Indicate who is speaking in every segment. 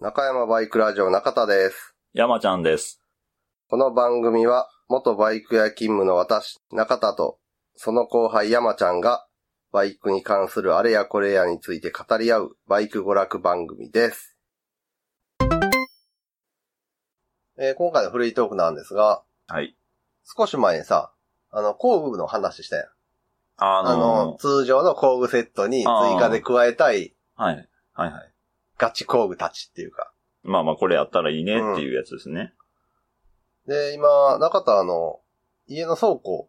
Speaker 1: 中山バイクラジオ中田です。
Speaker 2: 山ちゃんです。
Speaker 1: この番組は、元バイク屋勤務の私、中田と、その後輩山ちゃんが、バイクに関するあれやこれやについて語り合う、バイク娯楽番組です。えー今回のフリートークなんですが、
Speaker 2: はい。
Speaker 1: 少し前にさ、あの、工具の話したやん。
Speaker 2: あの
Speaker 1: あの、通常の工具セットに追加で加えたい
Speaker 2: はい。はいはい。
Speaker 1: ガチ工具たちっていうか。
Speaker 2: まあまあ、これやったらいいねっていうやつですね。
Speaker 1: で、今、中田あの、家の倉庫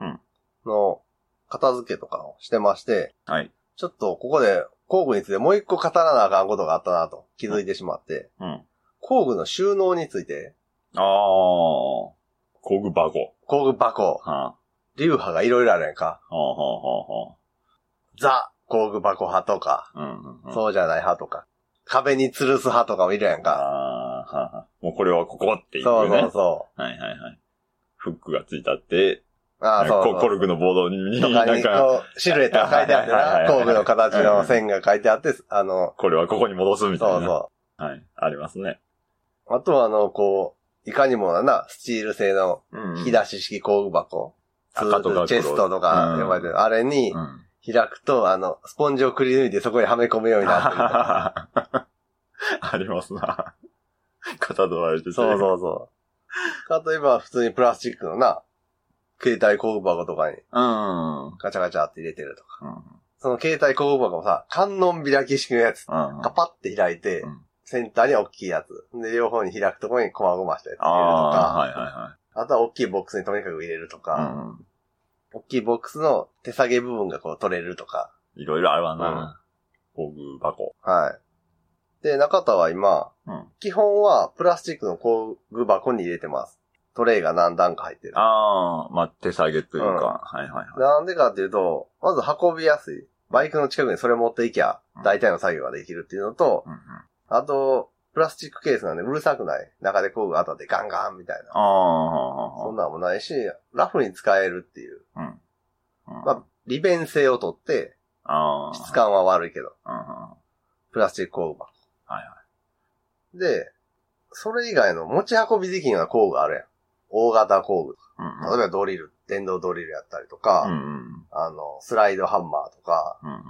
Speaker 2: うん
Speaker 1: の片付けとかをしてまして、
Speaker 2: はい。
Speaker 1: ちょっとここで工具についてもう一個語らなあかんことがあったなと気づいてしまって、
Speaker 2: うん。あ
Speaker 1: 工具の収納について、
Speaker 2: あー、工具箱。
Speaker 1: 工具箱、
Speaker 2: は
Speaker 1: 流派がいろいろあるやんか。
Speaker 2: あ、はあ、は
Speaker 1: ザ、工具箱派とか、
Speaker 2: あ、はあ。うんうんうん。う
Speaker 1: そうじゃない派とか、壁に吊るす派とかもいるやん
Speaker 2: あ
Speaker 1: か。
Speaker 2: ーはあはあもうこれはここっていうね。
Speaker 1: そうそうそ
Speaker 2: はいはいはい。フックがついたって、
Speaker 1: う。ああ、そうそう
Speaker 2: ココルクのボードに、
Speaker 1: と
Speaker 2: な
Speaker 1: か
Speaker 2: ん
Speaker 1: に、
Speaker 2: か、
Speaker 1: こう、シルエットが書いてあって
Speaker 2: はいは
Speaker 1: な、
Speaker 2: いはいはい
Speaker 1: 工具の形の線が書いてあって、あの、
Speaker 2: これはここに戻すみたい
Speaker 1: そ
Speaker 2: な。
Speaker 1: うそう。
Speaker 2: はい。ありますね。
Speaker 1: あとはあの、こう、いかにもな、スチール製の
Speaker 2: うん
Speaker 1: 引き出し式工具箱。
Speaker 2: 赤
Speaker 1: ツー
Speaker 2: とか黒
Speaker 1: チェストとか呼ばれてる。あれに
Speaker 2: うん。
Speaker 1: 開くと、あの、スポンジをくり抜いてそこにはめ込むようになってるみたいな。
Speaker 2: あ りますな。肩取られて て。
Speaker 1: そうそうそう。例えば普通にプラスチックのな、携帯工具箱とかに
Speaker 2: うん。うん。
Speaker 1: ガチャガチャって入れてるとか。その携帯工具箱もさ、観音開き式のやつ、
Speaker 2: うん
Speaker 1: カ。パって開いて
Speaker 2: うん、
Speaker 1: センターに大きいやつ。で、両方に開くとこに細々したやつ
Speaker 2: あ
Speaker 1: 入れると
Speaker 2: あ、
Speaker 1: か、
Speaker 2: はいは
Speaker 1: あとは大きいボックスにとにかく入れると
Speaker 2: い
Speaker 1: か、
Speaker 2: は
Speaker 1: 大きいボックスの手下げ部分がこう取れるとか。
Speaker 2: い。うん。いろいろあるわな。工具箱。
Speaker 1: はい。で、中田は今、
Speaker 2: うん
Speaker 1: 基本はプラスチックの工具箱に入れてます。トレイが何段か入ってる。
Speaker 2: ああ、まあ、手下げというか、はいはいはい。
Speaker 1: なんでかっていうと、まず運びやすい。バイクの近くにそれ持っていきゃ
Speaker 2: うん、
Speaker 1: 大体の作業ができるっていうのと、
Speaker 2: うんうん
Speaker 1: あと、プラスチックケースなんでうるさくない。中で工具当たってガンガンみたいな。
Speaker 2: ああ、
Speaker 1: そんなんもないし、ラフに使えるっていう。
Speaker 2: うん
Speaker 1: まあ、利便性をとって、
Speaker 2: ああ、
Speaker 1: 質感は悪いけど、
Speaker 2: うんうん
Speaker 1: プラスチック工具箱。
Speaker 2: はい
Speaker 1: はい。で、それ以外の持ち運びできるような工具あるやん。大型工具。
Speaker 2: うん
Speaker 1: 例えばドリル、電動ドリルやったりとか、
Speaker 2: うんうん
Speaker 1: あの、スライドハンマーとか、
Speaker 2: うん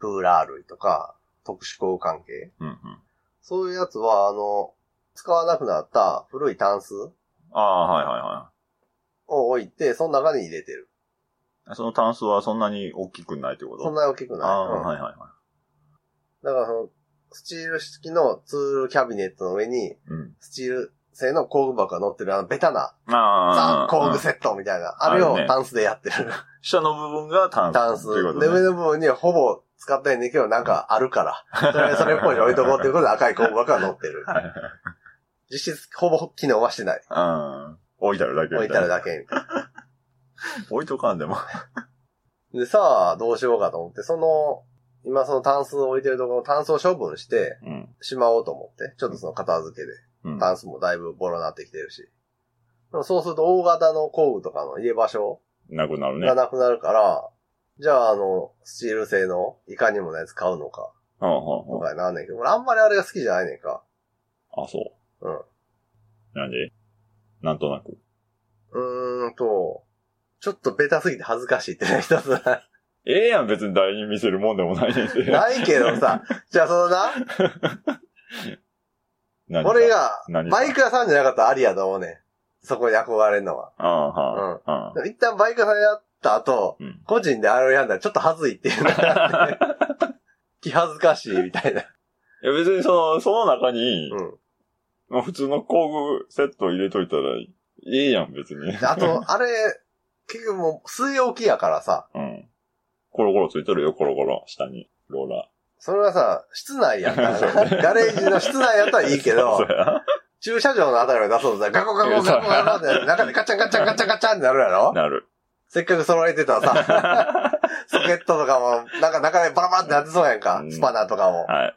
Speaker 1: プーラー類とか、特殊工具関係。
Speaker 2: うんうん
Speaker 1: そういうやつは、あの、使わなくなった古いタンス
Speaker 2: ああ、はいはいは
Speaker 1: を置いて、その中に入れてる。
Speaker 2: い。そのタンスはそんなに大きくないってこと
Speaker 1: そんなに大きくない。
Speaker 2: ああ、
Speaker 1: うん
Speaker 2: はいはいは
Speaker 1: だからその、スチール式のツールキャビネットの上に、
Speaker 2: い。うん。
Speaker 1: スチール製の工具箱が乗ってる、あの、ベタな、
Speaker 2: あ
Speaker 1: ザ
Speaker 2: あ。・
Speaker 1: 工具セットみたいな、あれ
Speaker 2: あ
Speaker 1: を
Speaker 2: るね
Speaker 1: タンスでやってる。
Speaker 2: 下の部分がタンス。
Speaker 1: タンス。
Speaker 2: ということ
Speaker 1: で、
Speaker 2: ね
Speaker 1: 上の部分にはほぼ使ってないんだけど、なんかあるから。それそれっぽいの置いとこうっていうことで赤い工具箱が乗ってる。
Speaker 2: はいはい
Speaker 1: 実質、ほぼ機能はしてない。
Speaker 2: うん。置いてあるだけ
Speaker 1: 置
Speaker 2: みた
Speaker 1: い
Speaker 2: い
Speaker 1: てある
Speaker 2: だ
Speaker 1: だけみたい
Speaker 2: け。置いとかんでも。
Speaker 1: な。で、さあ、どうしようかと思って、その、今そのタンスを置いてるところのタンスを処分して
Speaker 2: うん。
Speaker 1: しまおうと思って、ちょっとその片付けで。
Speaker 2: うん。
Speaker 1: タンスもだいぶボロなってきてるし。でもそうすると大型の工具とかの入れ場所
Speaker 2: なくなるね
Speaker 1: が。なくなるから、じゃああの、スチール製のいかにものやつ買うのか、
Speaker 2: うんうん
Speaker 1: と
Speaker 2: うん
Speaker 1: かになんねんけど、俺あんまりあれが好きじゃないねんか。
Speaker 2: あ、そう。
Speaker 1: うん。
Speaker 2: なんでなんとなく。
Speaker 1: うーんと、ちょっとベタすぎて恥ずかしいって のが一つな
Speaker 2: ええやん、別に誰に見せるもんでもないねんて。
Speaker 1: ないけどさ、じゃあそのな、
Speaker 2: 何か
Speaker 1: 俺。が
Speaker 2: 何、か
Speaker 1: バイク屋さんじゃなかったらありやと思うねん。そこに憧れるのは。
Speaker 2: ああ、はあ。ああ
Speaker 1: でも一旦バイク屋さんやった後、
Speaker 2: うん。
Speaker 1: 個人であれをやんだらちょっと恥ずいっていうのがあって、気恥ずかしいみたいな。
Speaker 2: いや、別にその、その中に、
Speaker 1: うん。
Speaker 2: まあ普通の工具セットを入れといたら、ええやん、別に。
Speaker 1: であ と、あれ、結局もう、水置きやからさ、
Speaker 2: うん。コロコロついてるよ、コロコロ。下に、ローラ
Speaker 1: それはさ、室内やから、
Speaker 2: そうね
Speaker 1: ガレージの室内やったら
Speaker 2: ー。
Speaker 1: いいけ
Speaker 2: そ
Speaker 1: ど
Speaker 2: う、や
Speaker 1: 駐車場のあたりを出そうとさ、ガコガコガコガコガコって、中でガチャンガチャンガチャンガチャンってなるやろ
Speaker 2: なる。
Speaker 1: せっかく揃えてた さ、ソケットとかも、なんか中でバラバラってなってそうやんか
Speaker 2: う、ん
Speaker 1: スパナーとかも。
Speaker 2: はい。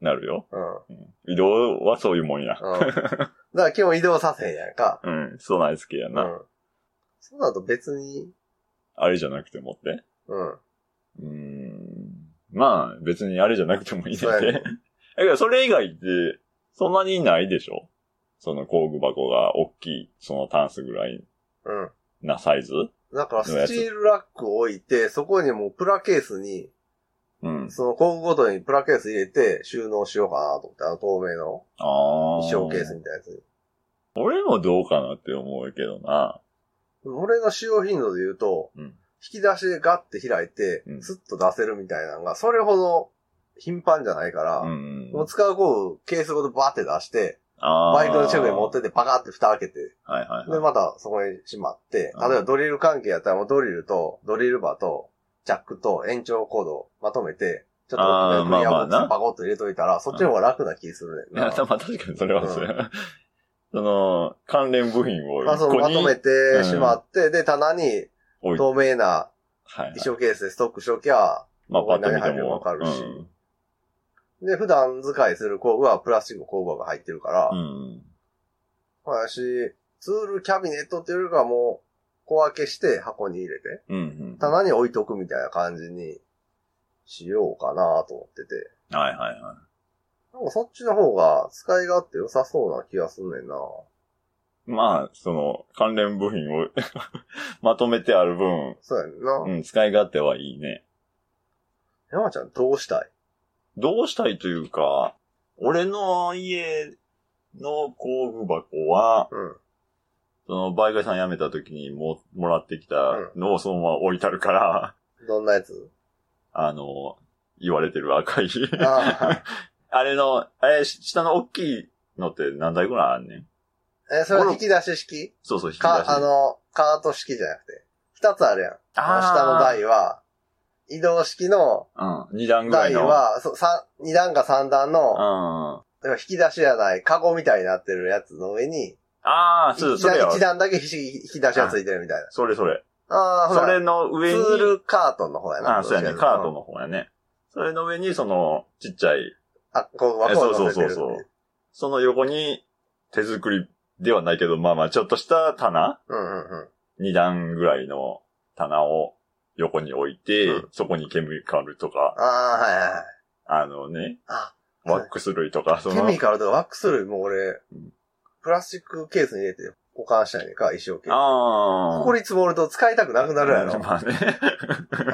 Speaker 2: なるよ。
Speaker 1: うん。
Speaker 2: 移動はそういうもんや。
Speaker 1: うん。だから基本移動させへんやんか。
Speaker 2: うん、備え付けや
Speaker 1: う
Speaker 2: な。
Speaker 1: ん。そうだと別に、
Speaker 2: あれじゃなくてもって。
Speaker 1: うん。
Speaker 2: うーん。まあ、別にあれじゃなくてもいいねん
Speaker 1: そうや
Speaker 2: て。
Speaker 1: ね
Speaker 2: だからそれ以外って、そんなにないでしょその工具箱が大きい、そのタンスぐらい
Speaker 1: うん。
Speaker 2: なサイズ
Speaker 1: だから、スチールラックを置いて、そこにもうプラケースに、
Speaker 2: うん。
Speaker 1: その工具ごとにプラケース入れて収納しようかなと思って、あの透明の
Speaker 2: ああ。
Speaker 1: 衣装ケースみたいなやつに。
Speaker 2: 俺もどうかなって思うけどな。
Speaker 1: 俺の使用頻度で言うと、
Speaker 2: うん
Speaker 1: 引き出しでガッて開いて
Speaker 2: う、ん
Speaker 1: スッと出せるみたいなのが、それほど頻繁じゃないから、
Speaker 2: うん。
Speaker 1: もう使う工具、ケースごとバーって出して、
Speaker 2: あー
Speaker 1: バイクの近くに持っ。てって、パカって蓋開けて、
Speaker 2: はいはい
Speaker 1: で、
Speaker 2: はい。
Speaker 1: またそこにしまって、
Speaker 2: うん
Speaker 1: 例えばドリル関係やったらもうドリルと、ドリルバーと、ジャックと延長コードをまとめて、ちょっと
Speaker 2: あー
Speaker 1: 大きめのクリアボックス
Speaker 2: まあまあな
Speaker 1: にパコッと入れといたら、そっちの方が楽な気する
Speaker 2: い
Speaker 1: ねん
Speaker 2: や、
Speaker 1: な。
Speaker 2: まあ確かにそれはそうや。 その、関連部品を
Speaker 1: まあ、そ
Speaker 2: こ
Speaker 1: の
Speaker 2: こ
Speaker 1: ま
Speaker 2: に
Speaker 1: とめてしまって、で、棚に
Speaker 2: 置いて、
Speaker 1: 透明な
Speaker 2: はいはい。
Speaker 1: 衣装ケースでストックしときゃ、
Speaker 2: まあパッと見
Speaker 1: 何入
Speaker 2: て
Speaker 1: ってるか
Speaker 2: も。
Speaker 1: わかるし
Speaker 2: うん
Speaker 1: で、普段使いする工具はプラスチック工具が入ってるから、
Speaker 2: うん。
Speaker 1: まあやし、ツールキャビネットっていうよりかはもう、小分けして箱に入れて、
Speaker 2: うんうん。
Speaker 1: 棚に置いとくみたいな感じにしようかなと思ってて。
Speaker 2: はいはいはい。
Speaker 1: なんかそっちの方が使い勝手良さそうな気がすんねんな。
Speaker 2: まあ、その、関連部品を まとめてある分、
Speaker 1: そうやんな。
Speaker 2: うん、使い勝手はいいね。
Speaker 1: 山ちゃんどうしたい
Speaker 2: どうしたいというか、俺の家の工具箱は、
Speaker 1: うん。
Speaker 2: そのバイク屋さん辞めた時にも、もらってきたのをそのまま置いてあるから、
Speaker 1: どんなやつ
Speaker 2: あの、言われてる赤い。
Speaker 1: あ
Speaker 2: あれの、あれ、し下の大きいのって何台ぐらいあんねん
Speaker 1: あ。え、それは引き出し式
Speaker 2: そうそう、引き出し。
Speaker 1: か、あの、カート式じゃなくて。二つあるやん。
Speaker 2: あー
Speaker 1: 下の台は、移動式の
Speaker 2: うん、二段ぐらい
Speaker 1: 台
Speaker 2: の。
Speaker 1: は、そう三二段か三段の、
Speaker 2: うん。
Speaker 1: 引き出しじゃない、カゴみたいになってるやつの上に、
Speaker 2: ああ、そう、
Speaker 1: 一
Speaker 2: それや
Speaker 1: 段
Speaker 2: わ
Speaker 1: 一。段だけ引き引き出しがついてるみたいな。
Speaker 2: それそれ。
Speaker 1: ああ、ほ
Speaker 2: そ
Speaker 1: ら
Speaker 2: れ、の上
Speaker 1: ツ
Speaker 2: に。
Speaker 1: ールカートの方やな。
Speaker 2: ああ、そうやね。カート。の方やね。それの上に、その、ちっちゃい、
Speaker 1: あ、こう、
Speaker 2: え
Speaker 1: 枠
Speaker 2: そ
Speaker 1: を
Speaker 2: うそ
Speaker 1: 乗
Speaker 2: う
Speaker 1: せて
Speaker 2: そ
Speaker 1: る
Speaker 2: うそう。その横に、手作りではないけど、まあまあ、ちょっとした棚
Speaker 1: うんうんうん。
Speaker 2: 二段ぐらいの棚を横に置いて、
Speaker 1: うん
Speaker 2: そこにケミカルとか、
Speaker 1: ああ、はいはいはい。
Speaker 2: あのね、
Speaker 1: あ、
Speaker 2: ワックス類とか、そ
Speaker 1: ケ
Speaker 2: の、
Speaker 1: ミカルとかワックス類も俺
Speaker 2: うん、
Speaker 1: プラスチックケースに入れて保管したいねんか、衣装ケース。
Speaker 2: ああ。
Speaker 1: ここに積もると使いたくなくなるやろ。
Speaker 2: まあね。、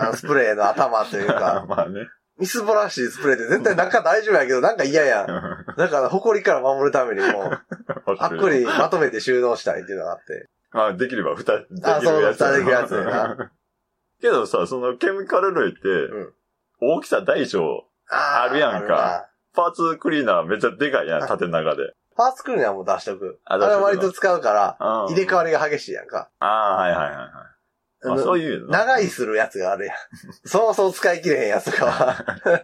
Speaker 1: あのスプレーの頭というか
Speaker 2: まあね。
Speaker 1: みすぼらしいスプレーって絶対なんか大丈夫やけど、なんか嫌 やん。だから、埃から守るためにも、パっくりまとめて収納したいっていうのがあって。
Speaker 2: まあ、できれば蓋できるや
Speaker 1: あそう
Speaker 2: つ。
Speaker 1: 蓋できるやつやな
Speaker 2: けどさ、そのケミカル類って、
Speaker 1: ん
Speaker 2: 大きさ大小、
Speaker 1: あー
Speaker 2: あるやんか。
Speaker 1: るな
Speaker 2: パーツクリーナーめっちゃでかいやん、
Speaker 1: あ
Speaker 2: 縦長で。
Speaker 1: パーツクリーナーも出しとく。
Speaker 2: あ
Speaker 1: あ
Speaker 2: 出し
Speaker 1: れ
Speaker 2: とくの
Speaker 1: は割と使うから、
Speaker 2: 入
Speaker 1: 入れ替わりが激しいやんか。
Speaker 2: ああ、はいはいはいはい。まあ、そういうの。
Speaker 1: 長いするやつがあ るやん。そもそも使い切れへんやつとかは。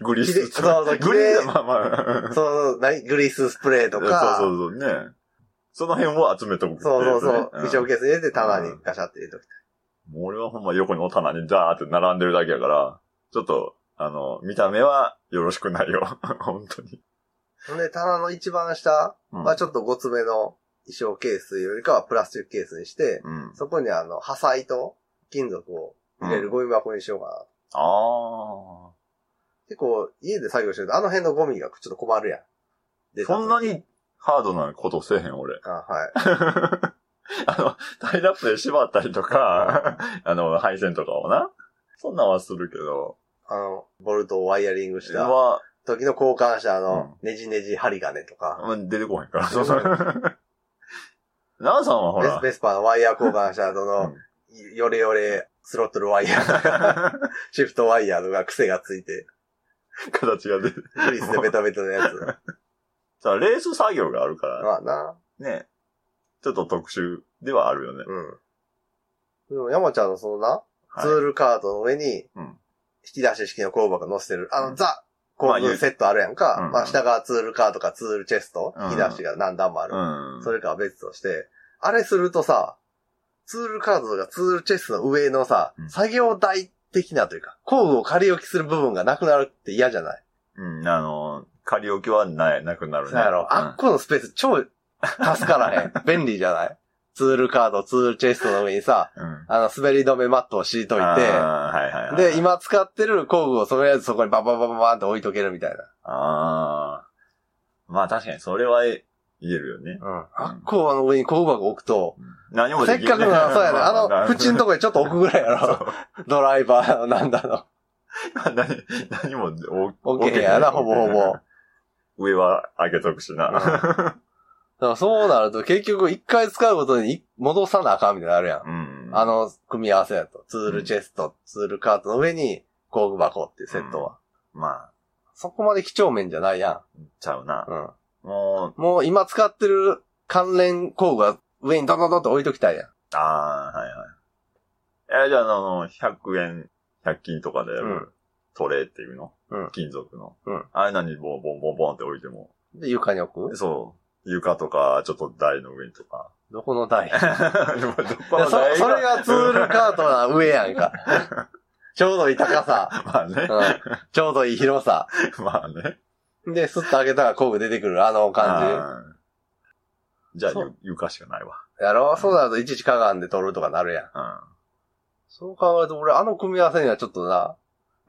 Speaker 2: グリ
Speaker 1: きれ
Speaker 2: ス。
Speaker 1: そうそう
Speaker 2: グリ
Speaker 1: きれ
Speaker 2: ス、
Speaker 1: い
Speaker 2: まあまあ。
Speaker 1: その、何グリススプレーとか、
Speaker 2: そうそうそう、ね。その辺を集めとくってい
Speaker 1: そう
Speaker 2: ね。
Speaker 1: そうそう。衣装
Speaker 2: ん
Speaker 1: ケースに入れて棚にガシャって入れときたい。
Speaker 2: もう俺はほんま横の棚にダーって並んでるだけやから、ちょっと、あの、見た目はよろしくないよ。 本当に。
Speaker 1: ほんで、棚の一番下
Speaker 2: うん
Speaker 1: はちょっとごつめの衣装ケースよりかはプラスチックケースにして、
Speaker 2: うん。
Speaker 1: そこにあの、破砕と金属を入れるゴミ箱にしようかな。
Speaker 2: あ
Speaker 1: 結構、家で作業してると、あの辺のゴミがちょっと困るやん。
Speaker 2: あ。
Speaker 1: で
Speaker 2: そんなにハードなことせえへん、俺。
Speaker 1: あはい。
Speaker 2: あの、タイラップで縛ったりとか、 あの、配線とかをな。そんなんはするけど。
Speaker 1: あの、ボルトをワイヤリングし
Speaker 2: それ
Speaker 1: た
Speaker 2: は、
Speaker 1: 時の交換したあの、ネジネジ針金とか、
Speaker 2: まあ出てこへんから。そうそう。ナーさんはほ
Speaker 1: ベ
Speaker 2: ら
Speaker 1: ス。ベスパーのワイヤー交換した後
Speaker 2: う
Speaker 1: の
Speaker 2: ん、
Speaker 1: ヨレヨレスロットルワイヤーと か、シフトワイヤーとか癖がついて、
Speaker 2: 形が出て。
Speaker 1: グリスでベトベトの やつ。
Speaker 2: さあ、レース作業があるから、
Speaker 1: まあな。
Speaker 2: ね。ちょっと特殊ではあるよね。
Speaker 1: うん。でも山ちゃんのそのな、
Speaker 2: はい
Speaker 1: ツールカートの上に、
Speaker 2: うん
Speaker 1: 引き出し式の工具が載せてる、あの、
Speaker 2: うん
Speaker 1: ザ、工具セットあるやんか。
Speaker 2: まあうん
Speaker 1: まあ下がツールカートかツールチェスト、
Speaker 2: うん
Speaker 1: 引き出しが何段もある。
Speaker 2: うん。
Speaker 1: それかは別として、あれするとさ、ツールカードとかツールチェスの上のさ、
Speaker 2: うん
Speaker 1: 作業台的なというか、工具を仮置きする部分がなくなるって嫌じゃない、
Speaker 2: うん、あの、仮置きはない、なくなるね。
Speaker 1: そうやろ、あっこのスペース超助 からへん。便利じゃないツールカード、ツールチェストの上にさ、
Speaker 2: うん。うん。
Speaker 1: あの、滑り止めマットを敷いとい
Speaker 2: あーはいはいはい。
Speaker 1: て、で、。今使ってる工具をとりあえずそこにバババババーンと置いとけるみたいな。
Speaker 2: ああ。ままあ確かにそれは言えるよね。
Speaker 1: うん。発酵場の上に工場が置くと、
Speaker 2: 何も
Speaker 1: せ
Speaker 2: で
Speaker 1: っ
Speaker 2: きな
Speaker 1: か
Speaker 2: い。
Speaker 1: くの、そうやね。あの、縁の
Speaker 2: と
Speaker 1: とこにちょっと置くぐらいやろ。ドライバーなんだの。
Speaker 2: 何、 何も
Speaker 1: 置けへんやな、ほぼほぼ。だ。
Speaker 2: 上は上げとくしな。
Speaker 1: からそうなると結局一回使うことに戻さなあかんみたいになのあるやん。
Speaker 2: うん。
Speaker 1: あの、組み合わせやと。ツールチェスト、ツールカートの上に工具箱っていうセットは。
Speaker 2: まあ、
Speaker 1: そこまで几帳面じゃないや
Speaker 2: ちゃうな。
Speaker 1: ん。うん。
Speaker 2: もう、
Speaker 1: もう今使ってる関連工具は上にドンドンドンと置いときたいやん。
Speaker 2: ああ、はいはい。え、じゃあ、あの、100円、100均とかでや
Speaker 1: う
Speaker 2: る
Speaker 1: ん
Speaker 2: トレーっていうの
Speaker 1: うん
Speaker 2: 金属の
Speaker 1: うん。
Speaker 2: あれ何、ボンボンボンボンって置いても。
Speaker 1: で、床に置く
Speaker 2: そう。床とか、ちょっと台の上に とか。
Speaker 1: どこの台
Speaker 2: でもどこ
Speaker 1: そ
Speaker 2: の台
Speaker 1: それがツールカートの上やんか。ちょうどいい高さ、
Speaker 2: まあね
Speaker 1: う。ん。ちょうどいい広さ。
Speaker 2: まあね。
Speaker 1: で、スッと開けたら工具出てくる、あの感
Speaker 2: じ。じゃあ
Speaker 1: そ
Speaker 2: ゆ、床しかないわ。
Speaker 1: じ。やろそうなるといちいちかがんで撮るとかなるやん。そう考えると俺、あの組み合わせにはちょっとな、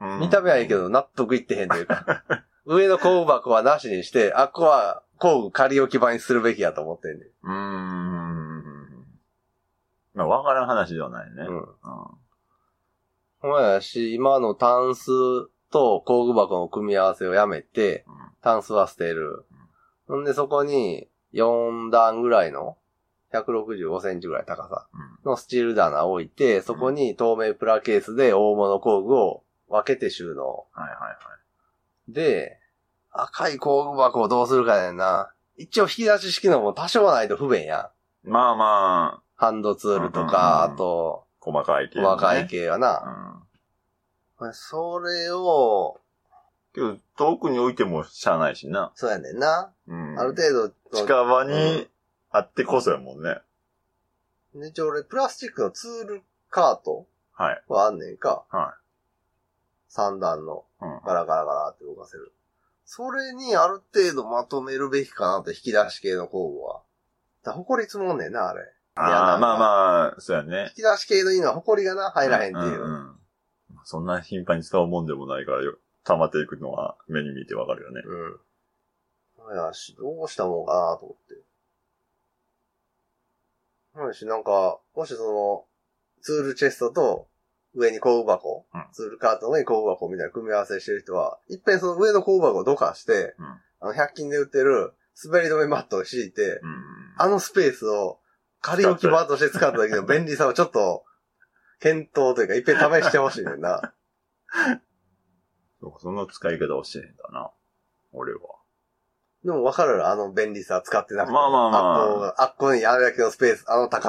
Speaker 2: うん。
Speaker 1: 見た目はいいけ
Speaker 2: うん。
Speaker 1: ど納得いってへんというか。上の工具箱はなしにして、あっこは工具仮置き場にするべきやと思ってんねん。
Speaker 2: うーん。まあ、わからん話ではないね。
Speaker 1: う
Speaker 2: うん。
Speaker 1: ん。ほんまやし、今のタンスと工具箱の組み合わせをやめて、タンスは捨てる。ほんでそこに4段ぐらいの165センチぐらい高さのスチール棚を置いて、そこに透明プラケースで大物工具を分けて収納。
Speaker 2: はいはいはい。
Speaker 1: で、赤い工具箱をどうするかやねんな。一応引き出し式のも多少はないと不便やん。
Speaker 2: まあまあ、
Speaker 1: ハンドツールと
Speaker 2: うん
Speaker 1: か、
Speaker 2: うんうん
Speaker 1: あと、
Speaker 2: 細かい系、
Speaker 1: 細かい。系は
Speaker 2: う
Speaker 1: な。
Speaker 2: ん。
Speaker 1: それを、
Speaker 2: けど、遠くに置いてもしゃあないしな。
Speaker 1: そうやねんな。
Speaker 2: うん。
Speaker 1: ある程度、
Speaker 2: 近場にあってこそやもんね。
Speaker 1: ね、一応俺、プラスチックのツールカート
Speaker 2: はい。
Speaker 1: はあんねんか。
Speaker 2: は
Speaker 1: 三段の
Speaker 2: うん。
Speaker 1: ガラガラガラって動かせる。それにある程度まとめるべきかなって引き出し系の工具は。だから埃積もんねんな、あれ。
Speaker 2: あ
Speaker 1: な
Speaker 2: あ、
Speaker 1: んか
Speaker 2: まあまあ、そうやね。
Speaker 1: 引き出し系のいいのは埃がな、入らへんっていう。
Speaker 2: んんそんな頻繁に使うもんでもないからよ、溜まっていくのは目に見てわかるよね。
Speaker 1: うん。そうやし、どうしたもんかなと思って。そうやし、なんか、もしその、ツールチェストと、上に工具箱、
Speaker 2: うん
Speaker 1: ツールカートの上に工具箱みたいな組み合わせしてる人は、いっぺんその上の工具箱をどかして、
Speaker 2: うん
Speaker 1: あの、100均で売ってる滑り止めマットを敷いて、
Speaker 2: うん。
Speaker 1: あのスペースを仮置き場として使った時の便利さをちょっと、検討というか、いっぺん試してほしいねんな。
Speaker 2: そうかその使い方をしてへんだな。俺は。
Speaker 1: でも分かるあの便利さ使ってなくて。
Speaker 2: まあまあまあ
Speaker 1: あっこ、あっこにあれだけのスペース、あの高